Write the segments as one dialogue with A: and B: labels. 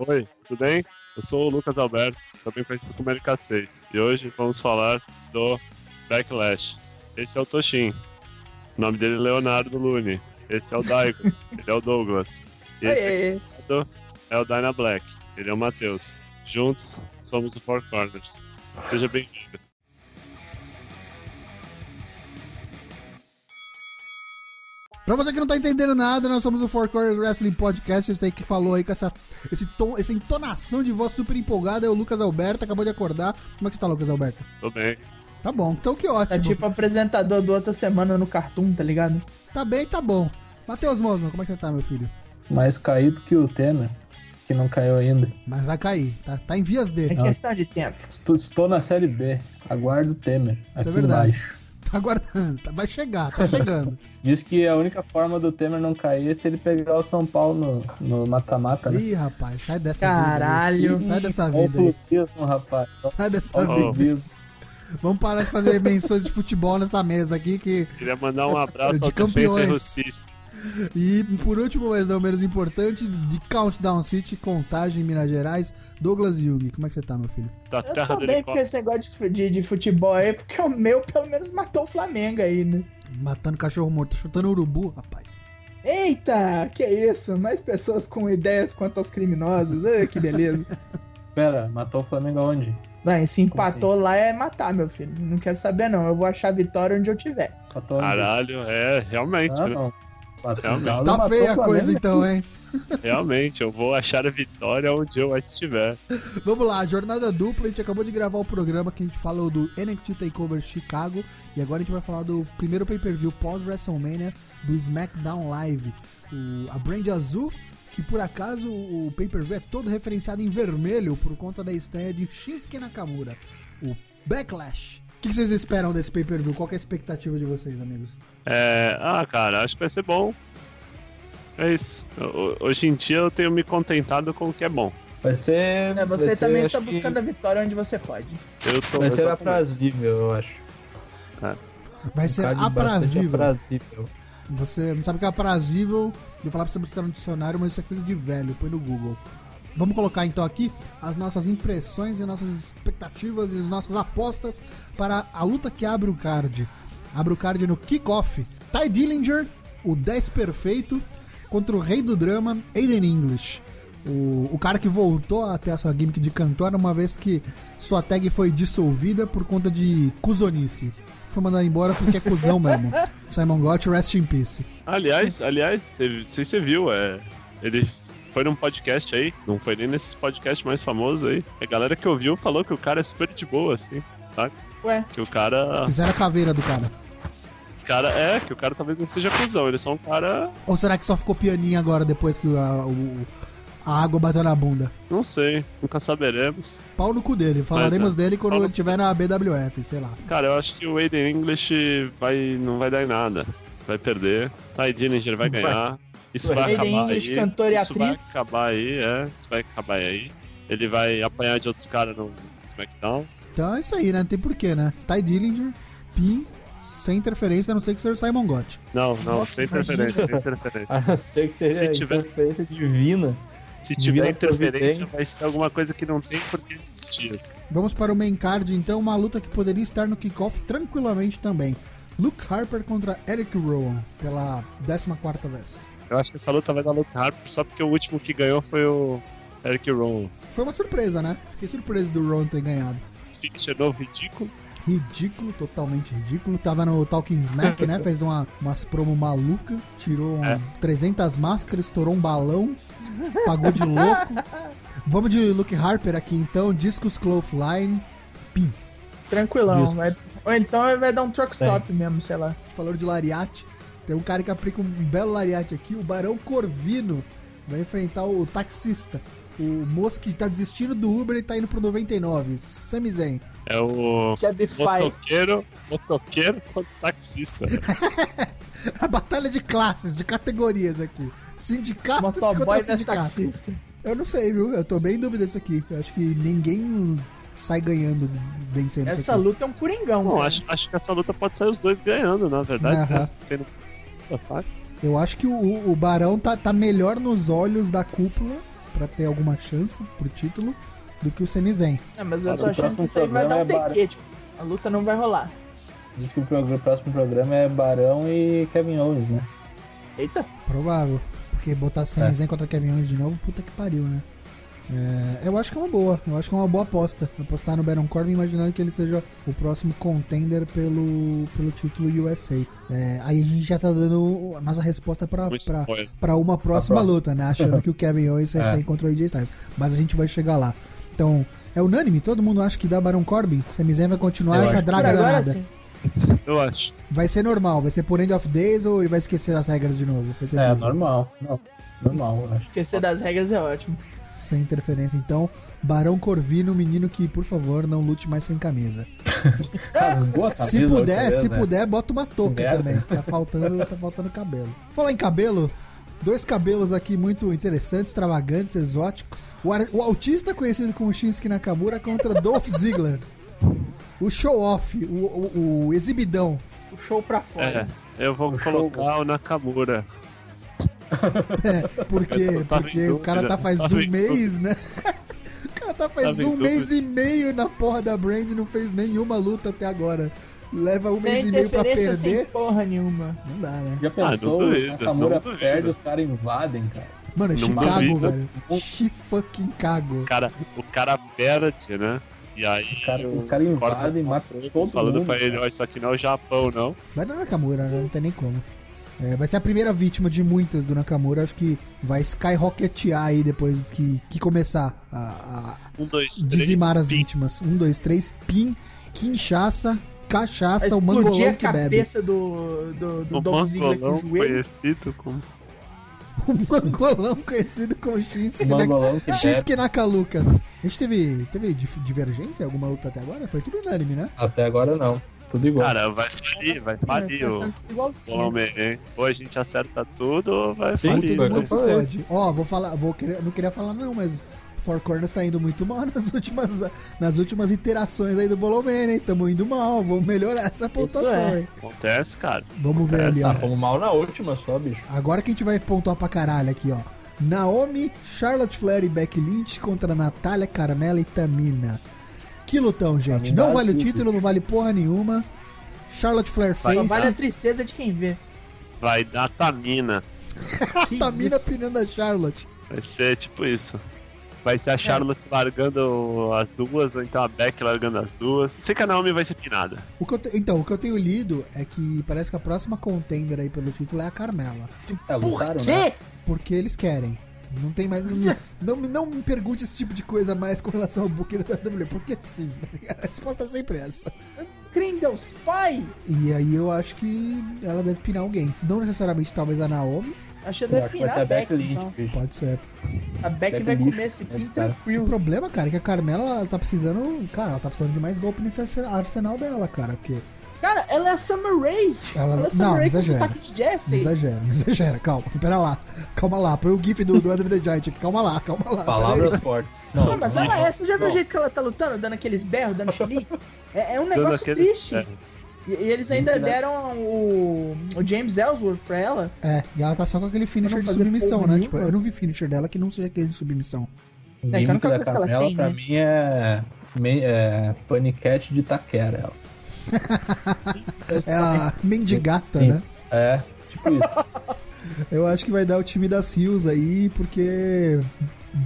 A: Oi, tudo bem? Eu sou o Lucas Alberto, também conhecido como LK6, e hoje vamos falar do Backlash. Esse é o Toshin. O nome dele é Leonardo Lune. Esse é o Daigo, ele é o Douglas. E esse
B: Aê.
A: aqui do lado é o Dyna Black, ele é o Matheus. Juntos somos o Four Corners. Seja bem-vindo.
C: Pra você que não tá entendendo nada, nós somos o Four Corners Wrestling Podcast. Esse aí que falou aí com essa, esse tom, essa entonação de voz super empolgada é o Lucas Alberto, acabou de acordar. Como é que você tá, Lucas Alberto?
A: Tô bem.
C: Tá bom, então que ótimo.
B: Tá tipo apresentador do outra semana no Cartoon, tá ligado?
C: Tá bem, tá bom. Matheus Mosman, como é que você tá, meu filho?
D: mais caído que o Temer, que não caiu ainda.
C: Mas vai cair, tá, tá em vias
B: É
C: dele.
B: questão de tempo.
D: Estou, estou na Série B, aguardo o Temer, aqui
C: é verdade.
D: embaixo.
C: Tá aguardando, tá- vai chegar, tá chegando.
D: Diz que a única forma do Temer não cair é se ele pegar o São Paulo no no mata-mata, né?
C: Ih, rapaz, sai dessa vida.
B: Tá Caralho.
C: aí. Sai dessa
D: Olha o
C: vida aí.
D: clubismo, rapaz.
C: Sai dessa
D: Olha
C: vida.
D: o clubismo.
C: Vamos parar de fazer menções de futebol nessa mesa aqui que
A: Queria mandar um abraço
C: De
A: ao
C: campeões.
A: Defensa Justiça.
C: E por último, mas não menos importante, de Countdown City, Contagem, Minas Gerais, Douglas Yugi. Como é que você tá, meu filho?
A: Da
B: Eu
A: terra
B: tô
A: do
B: bem com
A: helicóptero.
B: esse negócio de, fu- de, de futebol aí, porque o meu pelo menos matou o Flamengo aí, né?
C: Matando cachorro morto, chutando urubu, rapaz.
B: Eita, que é isso? Mais pessoas com ideias quanto aos criminosos. Ai, que beleza.
D: Pera, matou o Flamengo aonde?
B: Não, e se
D: Como
B: empatou lá é matar, meu filho. Não quero saber, não. Eu vou achar a vitória onde eu tiver.
D: Matou onde?
A: Caralho, é, realmente,
D: Ah,
A: né?
D: não. Matou
A: Realmente.
D: o Galo,
C: Tá
D: matou
C: feia
D: o
C: a
D: Flamengo.
C: coisa então, hein?
A: Realmente, eu vou achar a vitória onde eu estiver.
C: Vamos lá, jornada dupla. A gente acabou de gravar o programa que a gente falou do NXT Takeover Chicago e agora a gente vai falar do primeiro pay-per-view pós-WrestleMania do SmackDown Live. O- a Brand Azul, que por acaso o pay-per-view é todo referenciado em vermelho por conta da estreia de Shinsuke Nakamura, o Backlash. O que que vocês esperam desse pay-per-view? Qual que é a expectativa de vocês, amigos?
A: É, ah, cara, acho que vai ser bom. É isso. O- o- Hoje em dia eu tenho me contentado com o que é bom.
D: Vai ser...
B: É,
D: vai
B: Você
D: ser,
B: também
D: acho
B: está
D: que
B: buscando a vitória onde você pode.
A: Eu tô,
D: Vai ser
A: eu tô-
D: aprazível, eu acho.
C: Vai ser
D: Card Um bastante
C: aprazível.
D: aprazível.
C: Você não sabe o que é aprazível, eu vou falar pra você buscar no dicionário, mas isso é coisa de velho, põe no Google. Vamos colocar então aqui as nossas impressões e nossas expectativas e as nossas apostas para a luta que abre o card. Abre o card no kickoff. Ty Dillinger, o 10 perfeito, contra o rei do drama, Aiden English. O, o cara que voltou até a sua gimmick de cantora, uma vez que sua tag foi dissolvida por conta de cuzonice. Foi mandado embora porque é cuzão mesmo. Simon Gotch, rest in peace.
A: Aliás, aliás, você- não sei se você viu, é, ele foi num podcast aí, não foi nem nesses podcasts mais famosos aí. A galera que ouviu falou que o cara é super de boa, assim, tá?
B: Ué,
A: Que o cara.
C: Fizeram a caveira do cara.
A: cara é, que o cara talvez não seja cuzão, ele é só um cara.
C: Ou será que só ficou pianinho agora depois que a, o- a água bateu na bunda?
A: Não sei, nunca saberemos.
C: Pau no cu dele, falaremos
A: Mas,
C: dele quando
A: é. pau no-
C: ele estiver na BWF, sei lá.
A: Cara, eu acho que o Aiden English vai, não vai dar em nada. Vai perder. Ty Dillinger vai ganhar. Isso vai
B: Aiden
A: acabar
B: English,
A: aí.
B: cantor e
A: Isso vai
B: atriz.
A: acabar aí, é. Isso vai acabar aí. Ele vai apanhar de outros caras no SmackDown.
C: Então é isso aí, né? Não tem porquê, né? Ty Dillinger, Pin, sem interferência, a não ser que seja o Simon Gotch.
A: Não, não, sem interferência, sem interferência.
D: A não ser que
A: Se
D: teria
A: tiver-
D: interferência divina.
A: Se tiver
D: Vila
A: interferência,
D: Providência.
A: vai ser alguma coisa que não tem por que existir. assim.
C: Vamos para o main card, então, uma luta que poderia estar no kickoff tranquilamente também. Luke Harper contra Eric Rowan, pela 14 vez.
A: Eu acho que essa luta vai dar luta rápida só porque o último que ganhou foi o Eric Rowan.
C: Foi uma surpresa, né? Fiquei surpreso do Rowan ter ganhado.
A: Finisher é novo ridículo.
C: Ridículo, totalmente ridículo. Tava no Talking Smack, né? Fez uma, umas promo maluca, tirou uma-
A: É.
C: 300 máscaras, estourou um balão, pagou de louco. Vamos de Luke Harper aqui então, Discos Clothesline.
B: tranquilão.
D: Isso.
B: vai- Ou então ele vai dar um truck stop mesmo, sei lá.
C: A gente falou de lariate. Tem um cara que aplica um belo lariate aqui, o Barão Corvino. Vai enfrentar o taxista. O moço que tá desistindo do Uber e tá indo pro 99. Sami Zayn.
A: É o
B: Jeb Fight.
A: motoqueiro, motoqueiro contra o taxista.
C: A batalha de classes, de categorias aqui. Sindicato
B: Motoboy das taxistas.
C: Eu não sei, viu? Eu tô bem em dúvida disso aqui. Eu acho que ninguém sai ganhando vencendo isso
B: Essa
C: aqui.
B: luta é um coringão,
A: Não,
B: cara.
A: acho, acho que essa luta pode sair os dois ganhando, na verdade.
C: Aham.
A: né? Sendo... Saca?
C: Eu acho que o, o Barão tá, tá melhor nos olhos da cúpula pra ter alguma chance pro título do que o Semizen.
B: Não, É, mas eu
D: Olha,
B: só
D: o
B: achando que
D: próximo
B: isso aí vai dar um
D: programa é
B: TQ, tipo, a luta não vai rolar.
D: Diz que o, prog- o próximo programa é Barão e Kevin Owens, né?
B: Eita,
C: Provável. Porque botar Semizen contra Kevin Owens de novo, puta que pariu, né? É, eu acho que é uma boa. Eu acho que é uma boa aposta. Apostar no Baron Corbin imaginando que ele seja o próximo contender pelo, pelo título USA. É, aí a gente já tá dando a nossa resposta
D: Tá
C: pra,
A: Um
C: pra,
A: spoiler.
C: pra uma próxima
D: próxima.
C: luta, né? Achando que o Kevin Owens
D: É.
C: tem contra o AJ Styles. Mas a gente vai chegar lá. Então, é unânime? Todo mundo acha que dá Baron Corbin? Semizen vai continuar
D: Eu
C: essa
D: acho que
B: por
C: draga
B: agora
C: danada.
B: sim.
A: Eu acho.
C: Vai ser normal, vai ser por End of Days ou ele vai esquecer as regras de novo? Vai ser
D: É,
C: por-
D: normal. Não, normal, eu acho.
B: Esquecer das regras é ótimo.
C: Sem interferência, então. Barão Corvino, menino que, por favor, não lute mais sem camisa.
B: É,
D: Rasgou a camisa.
C: se
D: outra
C: puder,
D: vez,
C: se
D: né?
C: puder, bota uma touca
D: merda.
C: também. Tá faltando, tá faltando cabelo. Falar em cabelo, dois cabelos aqui muito interessantes, extravagantes, exóticos. O, ar- o autista conhecido como Shinsuke Nakamura contra Dolph Ziggler. O show-off, o, o- o exibidão.
B: O show pra fora.
A: É, eu vou
D: O show-
A: colocar o Nakamura.
C: É, porque,
A: Eu tava em
C: porque o cara
A: dúvida,
C: tá faz
A: tava
C: um
A: em
C: mês, né? O cara tá faz
A: Tava em
C: um mês
A: dúvida.
C: e meio na porra da brand e não fez nenhuma luta até agora. Leva um mês
B: Sem
C: e meio pra
B: interferência,
C: perder.
B: sem porra nenhuma.
C: Não dá, né?
D: Já pensou?
A: Ah, não
D: o
A: duvido,
D: Nakamura
A: não duvido.
D: perde, os caras invadem, cara.
C: Mano, é
A: Não
C: Chicago,
A: duvido.
C: velho. Chi fucking cago.
A: O cara, o cara perde, né? E aí.
D: O cara- os
A: o
D: caras
A: Corbin
D: invadem, matam todo
A: Falando
D: mundo.
A: pra ele,
D: cara.
A: ó, isso aqui não é o Japão, não.
C: Vai dar Nakamura, né? Não tem nem como. É, vai ser a primeira vítima de muitas do Nakamura. Acho que vai skyrocketear aí depois que, que começar a, a-
A: Um, dois, três.
C: dizimar as
A: pim.
C: vítimas. Um, dois, três, pim, quinchaça,
B: Vai
C: cachaça, o
B: explodir
C: mangolão
B: a
C: que bebe.
B: cabeça do, do,
D: um
B: do
A: O
B: Dolph Ziggler com o
A: mangolão
B: joelho.
A: Um conhecido como.
C: O mangolão conhecido como Shinsuke,
D: O
C: Nak-
D: mangolão que bebe
C: Shinsuke Nakalucas. A gente teve, teve dif- divergência em alguma luta até agora? Foi tudo unânime, né?
D: até agora não. Tudo igual.
A: Cara, vai falir, vai falir o
B: Pensando igualzinho.
A: Bolão Man. Ou a gente acerta tudo ou vai
D: é Sim,
A: falir.
D: tudo é
C: Todo
A: né?
C: mundo se
D: falei.
C: fode. Ó, vou falar, vou querer, não queria falar não, mas o Four Corners tá indo muito mal nas últimas, nas últimas iterações aí do Bolomene, hein? Tamo indo mal, vamos melhorar essa pontuação,
B: é.
C: hein?
A: Acontece, cara.
C: Vamos ver ali, ó.
D: ah, fomos mal na última só, bicho.
C: Agora que a gente vai pontuar pra caralho aqui, ó. Naomi, Charlotte Flair e Becky Lynch contra Natália, Carmela e Tamina. Que lutão, gente.
D: Tamina
C: Não vale o
D: azul,
C: título,
D: bicho.
C: não vale porra nenhuma. Charlotte Flair
A: Vai,
C: fez.
B: Vale a tristeza de quem vê.
A: Vai dar tamina.
B: Que
C: Tamina
B: isso.
C: pinando a Charlotte.
A: Vai ser tipo isso. Vai
B: É.
A: ser a Charlotte largando as duas, ou então a Beck largando as duas. Sei que a Naomi vai ser pinada.
C: O que eu te- Então, o que eu tenho lido é que parece que a próxima contender aí pelo título é a Carmela.
D: É,
B: Por
D: lutaram, né?
B: quê?
C: Porque eles querem. Não tem mais. Não, não, me- não me pergunte esse tipo de coisa mais com relação ao booking da WWE, porque sim. A resposta é sempre essa.
B: Crê em Deus, pai!
C: E aí eu acho que ela deve pinar alguém. Não necessariamente talvez a Naomi,
B: Achei que
D: Eu
B: deve
D: acho que vai
B: pirar
D: ser
B: a
D: a
B: Beck,
D: Beck Lynch,
B: é então.
D: bicho.
C: pode ser.
B: A Beck
D: Beck
B: vai
D: Lynch,
B: comer esse pin
D: esse cara.
C: O
B: tranquilo.
C: problema, cara, é que a Carmela ela tá precisando. Cara, ela tá precisando de mais golpe nesse arse- arsenal dela, cara. Porque.
B: Cara, ela é a Summer Rae. Ela,
C: Ela-
B: é a
C: não,
B: Summer Rae com
C: exagera.
B: sotaque de
C: Não
B: Jesse.
C: exagera, não exagera. Calma, pera lá. Calma lá. Põe o GIF do, do Andrew the Giant aqui. Calma lá, calma lá. pera aí.
D: Palavras fortes. Não,
B: Não, mas
D: não,
B: ela é. Você já viu o
D: não.
B: jeito que ela tá lutando? Dando aqueles berros, dando chilique? É, é um negócio
A: aquele-
B: triste.
A: é. Uhum.
B: E, e eles ainda
D: Verdade.
B: deram o, o James Ellsworth pra ela.
C: É, e ela tá só com aquele finisher
B: Pra não
C: de
B: fazer
C: submissão,
B: porra
C: né?
B: nenhuma.
C: Tipo, eu não vi finisher dela que não seja aquele de submissão.
D: O
B: É, que a
D: gimmick
B: única
D: da
B: coisa que ela
D: Carmela,
B: tem,
D: pra
B: né?
D: mim, é, me- é paniquete de taquera. Ela.
C: É a mendigata,
D: Sim.
C: né?
D: É, tipo isso.
C: Eu acho que vai dar o time das rios aí, porque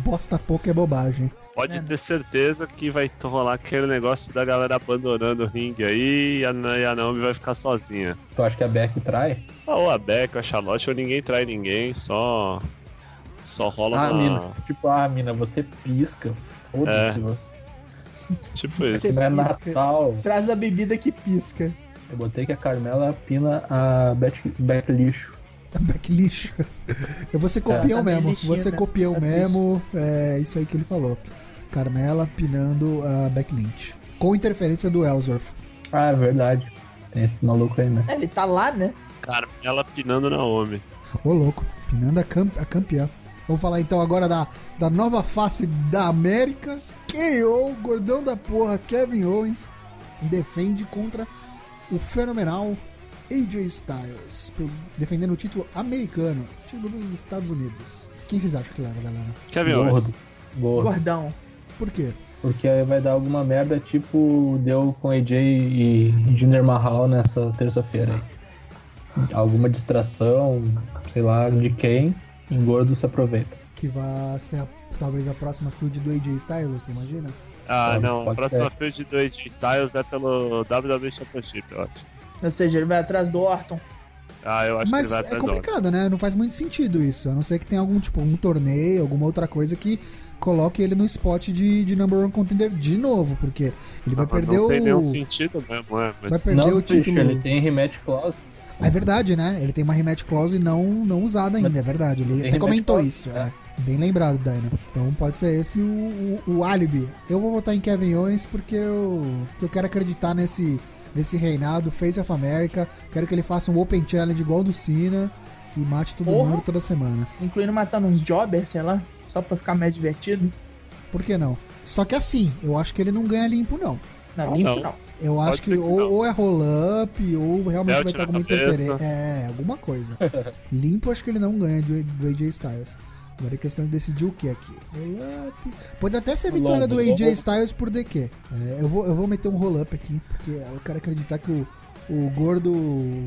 C: bosta pouca é bobagem.
A: Pode
B: É.
A: ter certeza que vai to- rolar aquele negócio da galera abandonando o ringue aí e a, Na- e a Naomi vai ficar sozinha.
D: tu acha que a Beck trai?
A: Ou a Beck, ou a Charlotte, ou ninguém trai ninguém, só. Só rola
D: Ah,
A: uma.
D: mina. Tipo, ah, mina, você pisca. Foda-se você.
A: Tipo
B: Você
A: isso.
D: Não é
B: pisca.
D: Natal.
B: Traz a bebida que pisca.
D: Eu botei que a Carmela pina a Beck, Beck lixo.
C: É Back lixo. Eu vou ser copião
B: tá bem
C: mesmo.
B: lixinha,
C: Vou ser
B: né?
C: copião
B: Tá
C: mesmo. É isso aí que ele falou. Carmela pinando a Beck Lynch. Com interferência do Ellsworth.
D: Ah, é verdade. Tem esse maluco aí, né?
B: É, ele tá lá, né?
A: Carmela pinando Naomi.
C: Ô louco, é pinando a, cam- a campeã. Vamos falar então agora da, da nova face da América. KO, gordão da porra, Kevin Owens defende contra o fenomenal AJ Styles, pelo- defendendo o título americano, título dos Estados Unidos. Quem vocês acham que leva, galera?
A: Kevin Owens.
D: Gordo. Gordo.
B: Gordão.
C: Por quê?
D: Porque aí vai dar alguma merda, tipo deu com AJ e Jinder Mahal nessa terça-feira aí. Alguma distração, sei lá, de quem, e gordo se aproveita.
C: Que vai ser a- talvez a próxima field do AJ Styles, você imagina?
A: Ah,
D: Pode-
A: não. A
D: pode
A: próxima field do AJ Styles é pelo WWE Championship, eu acho.
B: Ou seja, ele vai atrás do Orton.
A: Ah, eu acho
C: Mas
A: que ele vai
C: é
A: atrás do Orton.
C: complicado, né? Não faz muito sentido isso. A não ser que tenha algum tipo, um torneio, alguma outra coisa que coloque ele no spot de, de number one contender de novo, porque ele vai
A: Ah, mas
C: perder
A: não tem
C: o.
A: nenhum sentido mesmo, é.
C: Vai
A: Mas
C: perder
D: não,
C: o
D: bicho,
C: título.
D: ele tem rematch clause.
C: É verdade, né? Ele tem uma rematch clause não, não usada ainda, é verdade. Ele até
D: rematch
C: comentou
D: clause,
C: isso. É. Bem lembrado, Dino. Então pode ser esse o, o, o álibi. Eu vou votar em Kevin Owens porque eu, que eu quero acreditar nesse, nesse reinado Face of America. Quero que ele faça um Open Challenge igual do Cena e mate todo
B: Porra.
C: mundo toda semana.
B: Incluindo matando uns jobbers, sei lá. Só pra ficar mais divertido.
C: Por que não? Só que assim, eu acho que ele não ganha limpo, não.
B: Não,
A: Ah,
B: limpo
A: não.
B: não.
C: Eu
A: Pode
C: acho que,
A: ser que
C: ou,
A: não.
C: ou é roll-up, ou realmente
A: Belt
C: vai ter
A: na
C: alguma
A: cabeça.
C: interferência. É, alguma coisa. Limpo, acho que ele não ganha do, do AJ Styles. Agora é questão de decidir o que aqui. Roll-up. Pode até ser a vitória do
D: Longo.
C: AJ Styles por DQ. É, eu, vou, eu vou meter um roll-up aqui, porque eu quero acreditar que o, o gordo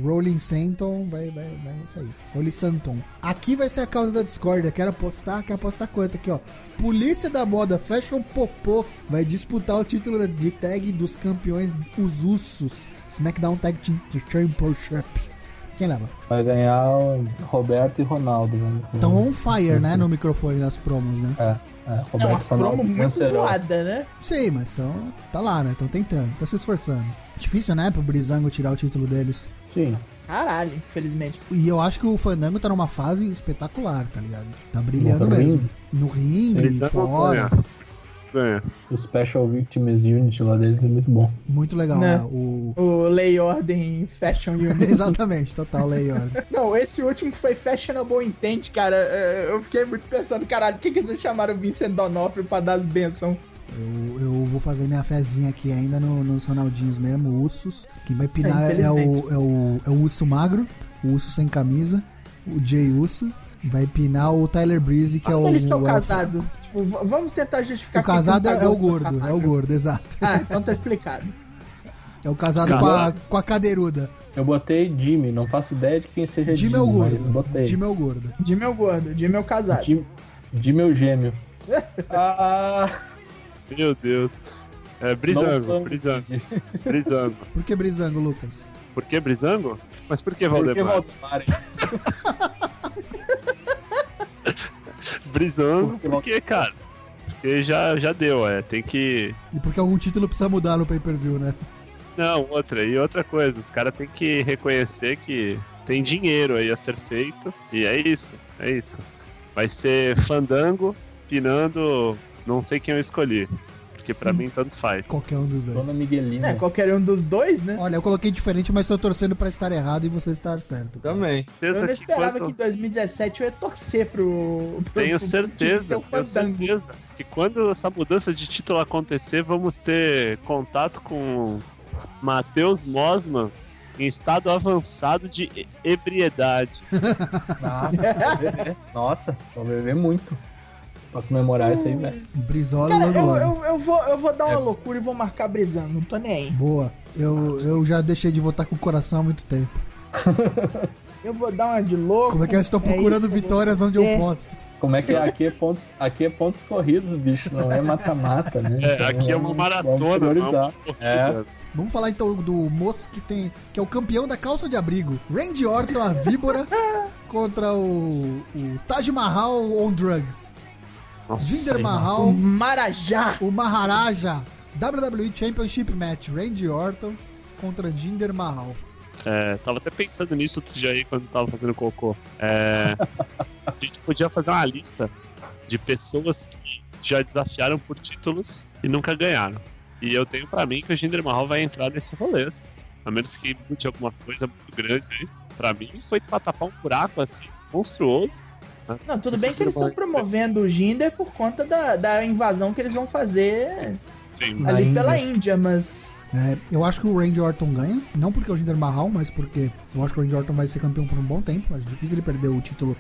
C: Rolling Santon vai, vai, vai sair. Rolling Santon. Aqui vai ser a causa da discórdia. Quero apostar, quero apostar quanto aqui, ó. Polícia da Moda Fashion Popô vai disputar o título de tag dos campeões Os Usos. SmackDown Tag Team Championship. Quem leva?
D: Vai ganhar o Roberto e Ronaldo. né?
C: Então on fire, né?
D: Sim.
C: No microfone das promos, né?
D: É, é,
B: É uma
D: Roberto e
B: promo
D: Ronaldo.
B: muito
D: vencerão.
B: zoada, né?
C: Sei, mas estão. Tá lá, né? Estão tentando, estão se esforçando. Difícil, né? Pro Brisango tirar o título deles.
D: Sim.
B: Caralho, infelizmente.
C: E eu acho que o Fandango tá numa fase espetacular, tá ligado? Tá brilhando
D: Tá
C: mesmo.
D: bem.
C: No
A: ele
C: ringue,
A: já não
C: fora.
A: ganha. Ganha.
D: O Special Victims Unit lá deles é muito bom.
C: Muito legal,
B: Né?
C: né? O...
B: O Lei Ordem Fashion Unit.
C: Exatamente, total Leon.
B: Não, esse último que foi Fashionable Intent, cara. é, Eu fiquei muito pensando, caralho, por que, que eles chamaram o Vincent Donofrio pra dar as bençãos?
C: Eu, eu vou fazer minha fezinha aqui ainda no- nos Ronaldinhos mesmo, ursos. Quem vai pinar é, o,
B: infelizmente.
C: é, o, é o urso magro, o urso sem camisa, o Jay Urso. Vai pinar o Tyler Breeze, que é o.
B: Quando eles estão
C: o-
B: casados. Tipo, v- vamos tentar justificar
C: O casado
B: por que que
C: é o
B: um casal
C: gordo,
B: tá
C: é o gordo, exato.
B: Ah, então tá explicado.
C: É o casado com a, com a cadeiruda.
D: Eu botei Jimmy, não faço ideia de quem seja
C: Jimmy
D: Jimmy,
C: é o
D: mas
C: gordo.
D: botei.
C: Jimmy é o gordo.
B: Jimmy é o gordo, Jimmy é o casado.
D: Jim- Jimmy é o gêmeo. ah,
A: Meu Deus. É,
D: Não
A: Brisango,
D: tango.
A: Brisango, Brisango.
C: Por que brisango, Lucas?
A: Por que Brisango? Mas por que
D: por que
A: Valdemar?
D: Valdemar?
A: Brisango,
D: Por que
A: por que, cara? Porque já, já deu, é. Tem que.
C: E porque algum título precisa mudar no pay-per-view, né?
A: Não, outra. E outra coisa, os caras têm que reconhecer que tem dinheiro aí a ser feito. E é isso, é isso. Vai ser Fandango, Pinando, não sei quem eu escolhi. Porque
C: Hum.
A: pra mim tanto faz.
C: Qualquer um dos dois.
D: Dona Miguelina.
B: É, qualquer um dos dois, né?
C: Olha, eu coloquei diferente, mas tô torcendo pra estar errado e você estar certo.
D: Também.
B: Eu
A: Certeza
B: não
A: que
B: esperava
A: quando-
B: que em 2017 eu ia torcer pro. pro
A: Tenho
B: pro-
A: certeza,
B: pro- pro- pro-
A: tenho certeza que quando essa mudança de título acontecer, vamos ter contato com Matheus Mosman em estado avançado de e- ebriedade.
D: né? Nossa, vou beber muito. Pra comemorar isso aí, velho.
C: Brizola e
B: Cara,
C: Longo
B: eu,
C: Longo.
B: eu, eu vou, eu vou dar uma loucura e vou marcar brisando, não tô nem aí.
C: Boa. Eu, eu já deixei de votar com o coração há muito tempo.
B: Eu vou dar uma de louco.
C: Como é que eu estou procurando
B: isso, eu vou-
C: vitórias onde
B: É.
C: eu posso?
D: Como é que é? Aqui é pontos, aqui é pontos corridos, bicho. Não é mata-mata, né?
A: É,
D: Então,
A: aqui é uma
D: vamos-
A: maratona, não é
D: priorizar.
A: uma corrida.
C: Vamos falar então do moço que tem. que é o campeão da calça de abrigo. Randy Orton, a víbora, contra o, o Taj Mahal on drugs.
A: Nossa,
C: Jinder
A: aí,
C: Mahal,
B: O um Marajá.
C: o Maharaja. WWE Championship Match. Randy Orton contra Jinder Mahal.
A: é, tava até pensando nisso outro dia aí quando tava fazendo cocô. É, a gente podia fazer uma lista de pessoas que já desafiaram por títulos e nunca ganharam. E eu tenho pra mim que o Jinder Mahal vai entrar nesse rolê. assim. A menos que mude alguma coisa muito grande aí. Pra mim foi pra tapar um buraco assim, monstruoso.
B: Não, tudo
A: Esse
B: bem que eles estão
A: Jinder Mahal-
B: promovendo o Jinder por conta da, da invasão que eles vão fazer
A: Sim,
D: Na
B: ali
D: Índia.
B: pela Índia, mas.
C: É, eu acho que o Randy Orton ganha, não porque é o Jinder Mahal, mas porque eu acho que o Randy Orton vai ser campeão por um bom tempo, mas difícil ele perder o título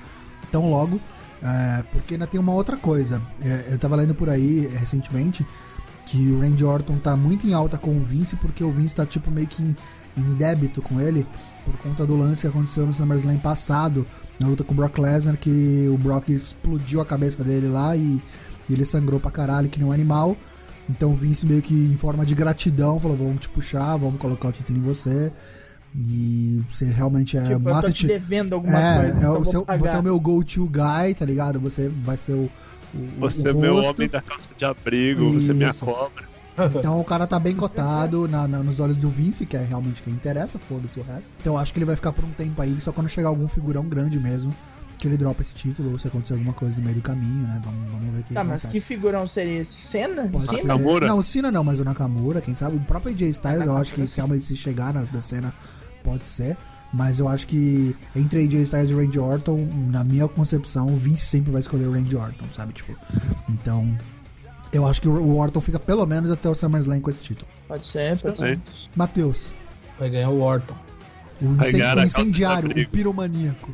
C: tão logo. É, porque ainda tem uma outra coisa. É, eu tava lendo por aí é, recentemente que o Randy Orton tá muito em alta com o Vince, porque o Vince tá tipo meio que em, em débito com ele por conta do lance que aconteceu no SummerSlam passado, na luta com o Brock Lesnar, que o Brock explodiu a cabeça dele lá e, e ele sangrou pra caralho, que nem um animal. Então o Vince meio que em forma de gratidão falou: vamos te puxar, vamos colocar o título em você. E você realmente é
B: tipo, eu tô te
C: Bassett.
B: devendo alguma
C: é,
B: coisa.
C: é
B: então
C: o
B: vou
C: seu-
B: pagar.
C: você é o meu go-to guy, tá ligado? Você vai ser o. o
A: Você
C: o
A: é meu
C: rosto.
A: homem da calça de abrigo, você é minha
C: Isso.
A: cobra.
C: Então o cara tá bem cotado na- na- nos olhos do Vince, que é realmente quem interessa, foda-se o resto. Então eu acho que ele vai ficar por um tempo aí, só quando chegar algum figurão grande mesmo, que ele dropa esse título, ou se acontecer alguma coisa no meio do caminho, né? Vamos, vamos ver o que
B: Tá, mas
C: acontece.
B: que figurão seria esse? Cena?
C: Pode ser.
B: Cena?
A: Nakamura?
C: Não, o Cena não, mas o Nakamura, quem sabe? O próprio AJ Styles, eu acho que se realmente se chegar nas da cena, pode ser. Mas eu acho que entre AJ Styles e Randy Orton, na minha concepção, o Vince sempre vai escolher o Randy Orton, sabe? Tipo, então. Eu acho que o Orton fica pelo menos até o SummerSlam com esse título.
B: Pode ser, pode ser.
A: Excelente.
C: Matheus,
D: Vai ganhar o Orton.
C: o, incen-
A: Pegar a calça
C: o
A: tá
C: incendiário,
A: do
C: o
A: abrigo.
C: piromaníaco.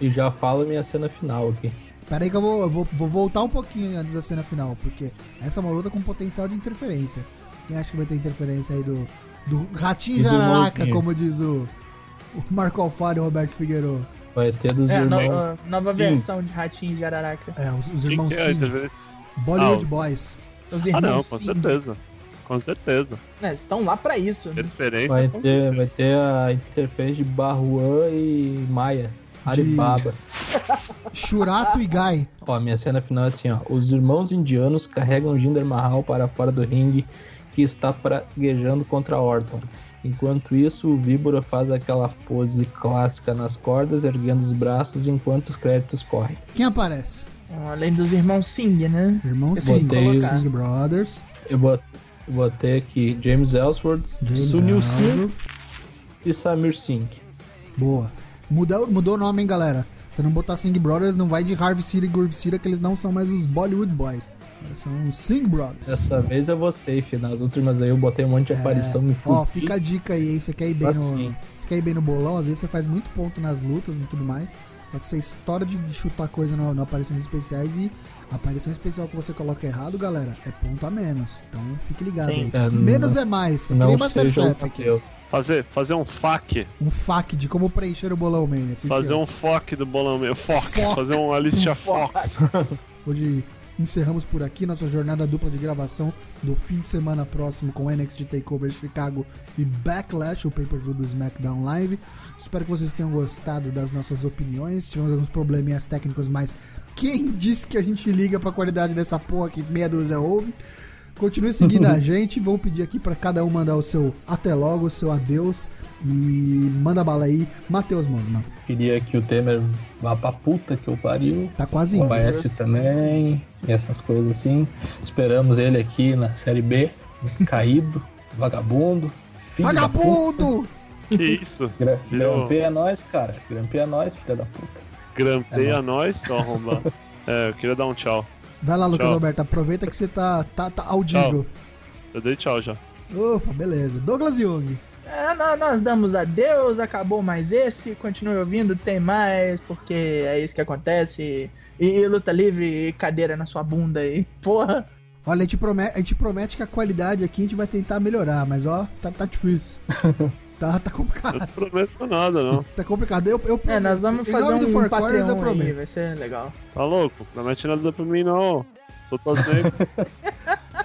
D: E já falo minha cena final aqui.
C: Pera aí que eu vou, eu vou- vou voltar um pouquinho antes da cena final, porque essa é uma luta com potencial de interferência. Quem acha que vai ter interferência aí do, do Ratinho
D: E do
C: Jararaca,
D: Mourinho.
C: como diz o, o Marco Alfaro e o Roberto Figueiredo?
D: Vai ter dos
B: É,
D: irmãos.
B: nova, nova
D: Sim.
B: versão de Ratinho de Araraca.
C: É, os, os
A: Quem
C: irmãos
A: que é
C: Sim,
A: essa vez?
C: Bollywood
A: Ah, os-
C: Boys.
B: Os
A: Ah,
B: irmãos
A: não, com
B: Sim.
A: certeza. Com certeza.
B: É, estão lá pra isso. né?
A: Referência.
D: Vai
A: com
D: ter, vai ter a interface de Barruan e Maia. Alibaba.
C: Churato e Guy.
D: Ó, minha cena final é assim, ó. Os irmãos indianos carregam Jinder Mahal para fora do ringue, que está praguejando contra Orton. Enquanto isso, o Víbora faz aquela pose clássica nas cordas, erguendo os braços enquanto os créditos correm.
C: Quem aparece?
B: Além dos irmãos Singh, né?
C: Irmão
D: Eu
C: Sim,
D: botei
C: os
B: esse.
C: Singh Brothers.
D: Eu bot- eu botei aqui James Ellsworth,
C: James
D: Sunil Singh
C: Alves.
D: e Samir Singh.
C: Boa. Mudou, mudou o nome, hein, galera? Se não botar Sing Brothers, não vai de Harvey City e Groove City, que eles não são mais os Bollywood Boys. Agora São os Sing Brothers.
D: Dessa vez eu vou safe, nas últimas aí eu botei um monte de aparição me
C: É, Ó,
D: fudi.
C: fica a dica aí, hein? Você quer ir bem
D: Assim.
C: no. Você quer ir bem no bolão, às vezes você faz muito ponto nas lutas e tudo mais. Só que você estoura de chutar coisa no, no aparições especiais e a aparição especial que você coloca errado, galera, é ponto a menos. Então fique ligado
B: Sim.
C: aí.
D: É,
C: Menos é mais. Que nem
D: não seja um o
C: Masterchef aqui.
D: papel.
A: Fazer, fazer um fac,
C: Um fac de como preencher o bolão, man. Esse
A: fazer
C: ano.
A: um foc do bolão meu. Foc,
C: Foc.
A: fazer um Alicia Fox.
C: Hoje encerramos por aqui nossa jornada dupla de gravação do fim de semana próximo com NXT Takeover Chicago e Backlash, o pay-per-view do SmackDown Live. Espero que vocês tenham gostado das nossas opiniões. Tivemos alguns probleminhas técnicos, mas quem disse que a gente liga pra qualidade dessa porra que meia dúzia ouve? Continue seguindo a gente. Vou pedir aqui pra cada um mandar o seu até logo, o seu adeus. E manda bala aí, Matheus Mosman.
D: Queria que o Temer vá pra puta que eu pariu.
C: Tá quase
D: O
C: indo.
D: Baez também, e essas coisas assim. Esperamos ele aqui na Série B, caído, vagabundo, filho da puta.
C: Vagabundo!
A: Que isso?
D: Gra-
A: Virou.
D: Grampeia nós, cara. Grampeia nós, filha da puta.
A: Grampeia nós, só arrombar. É, eu queria dar um tchau.
C: Vai lá, Lucas
A: Tchau.
C: Alberto, aproveita que você tá, tá, tá audível.
A: Eu dei tchau já.
C: Opa, beleza. Douglas Young.
B: É, nó- nós damos adeus, acabou mais esse, continue ouvindo, tem mais, porque é isso que acontece. E, e luta livre e cadeira na sua bunda aí. Porra,
C: Olha, a gente, promete, a gente promete que a qualidade aqui a gente vai tentar melhorar, mas ó, tá, tá difícil. tá, tá
A: Eu não
C: complicado.
A: prometo nada, não.
C: Tá complicado. Eu, eu
B: é, nós vamos
C: em
B: fazer
C: nome do
B: um,
C: Four Corners, eu
B: Patreon aí,
C: prometo.
B: vai ser legal.
A: Tá louco? Promete nada pra mim, não. Sou tosneiro.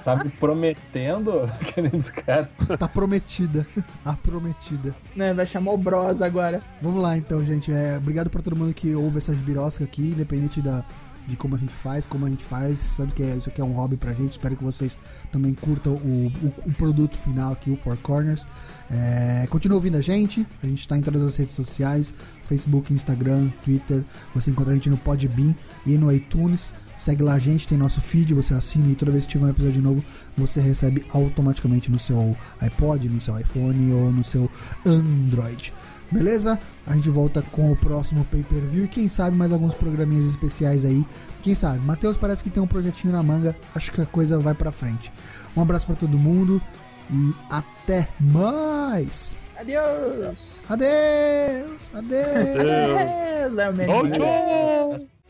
D: Tá me prometendo, querendo os caras.
C: Tá prometida. A prometida.
B: Né, vai chamar o Bros agora.
C: Vamos lá então, gente. É, obrigado pra todo mundo que ouve essas biroscas aqui, independente da, de como a gente faz, como a gente faz. Sabe que é- isso aqui é um hobby pra gente. Espero que vocês também curtam o, o- o produto final aqui, o Four Corners. É, continua ouvindo a gente. A gente tá em todas as redes sociais: Facebook, Instagram, Twitter. Você encontra a gente no Podbean e no iTunes. Segue lá a gente, tem nosso feed, você assina e toda vez que tiver um episódio novo, você recebe automaticamente no seu iPod, no seu iPhone ou no seu Android. Beleza? A gente volta com o próximo pay-per-view e quem sabe mais alguns programinhas especiais aí. Quem sabe? Matheus parece que tem um projetinho na manga, acho que a coisa vai pra frente. Um abraço pra todo mundo e até mais!
B: Adeus!
C: Adeus! Adeus!
A: Adeus.
B: Adeus, Léo Mendes.
A: Bom tchau!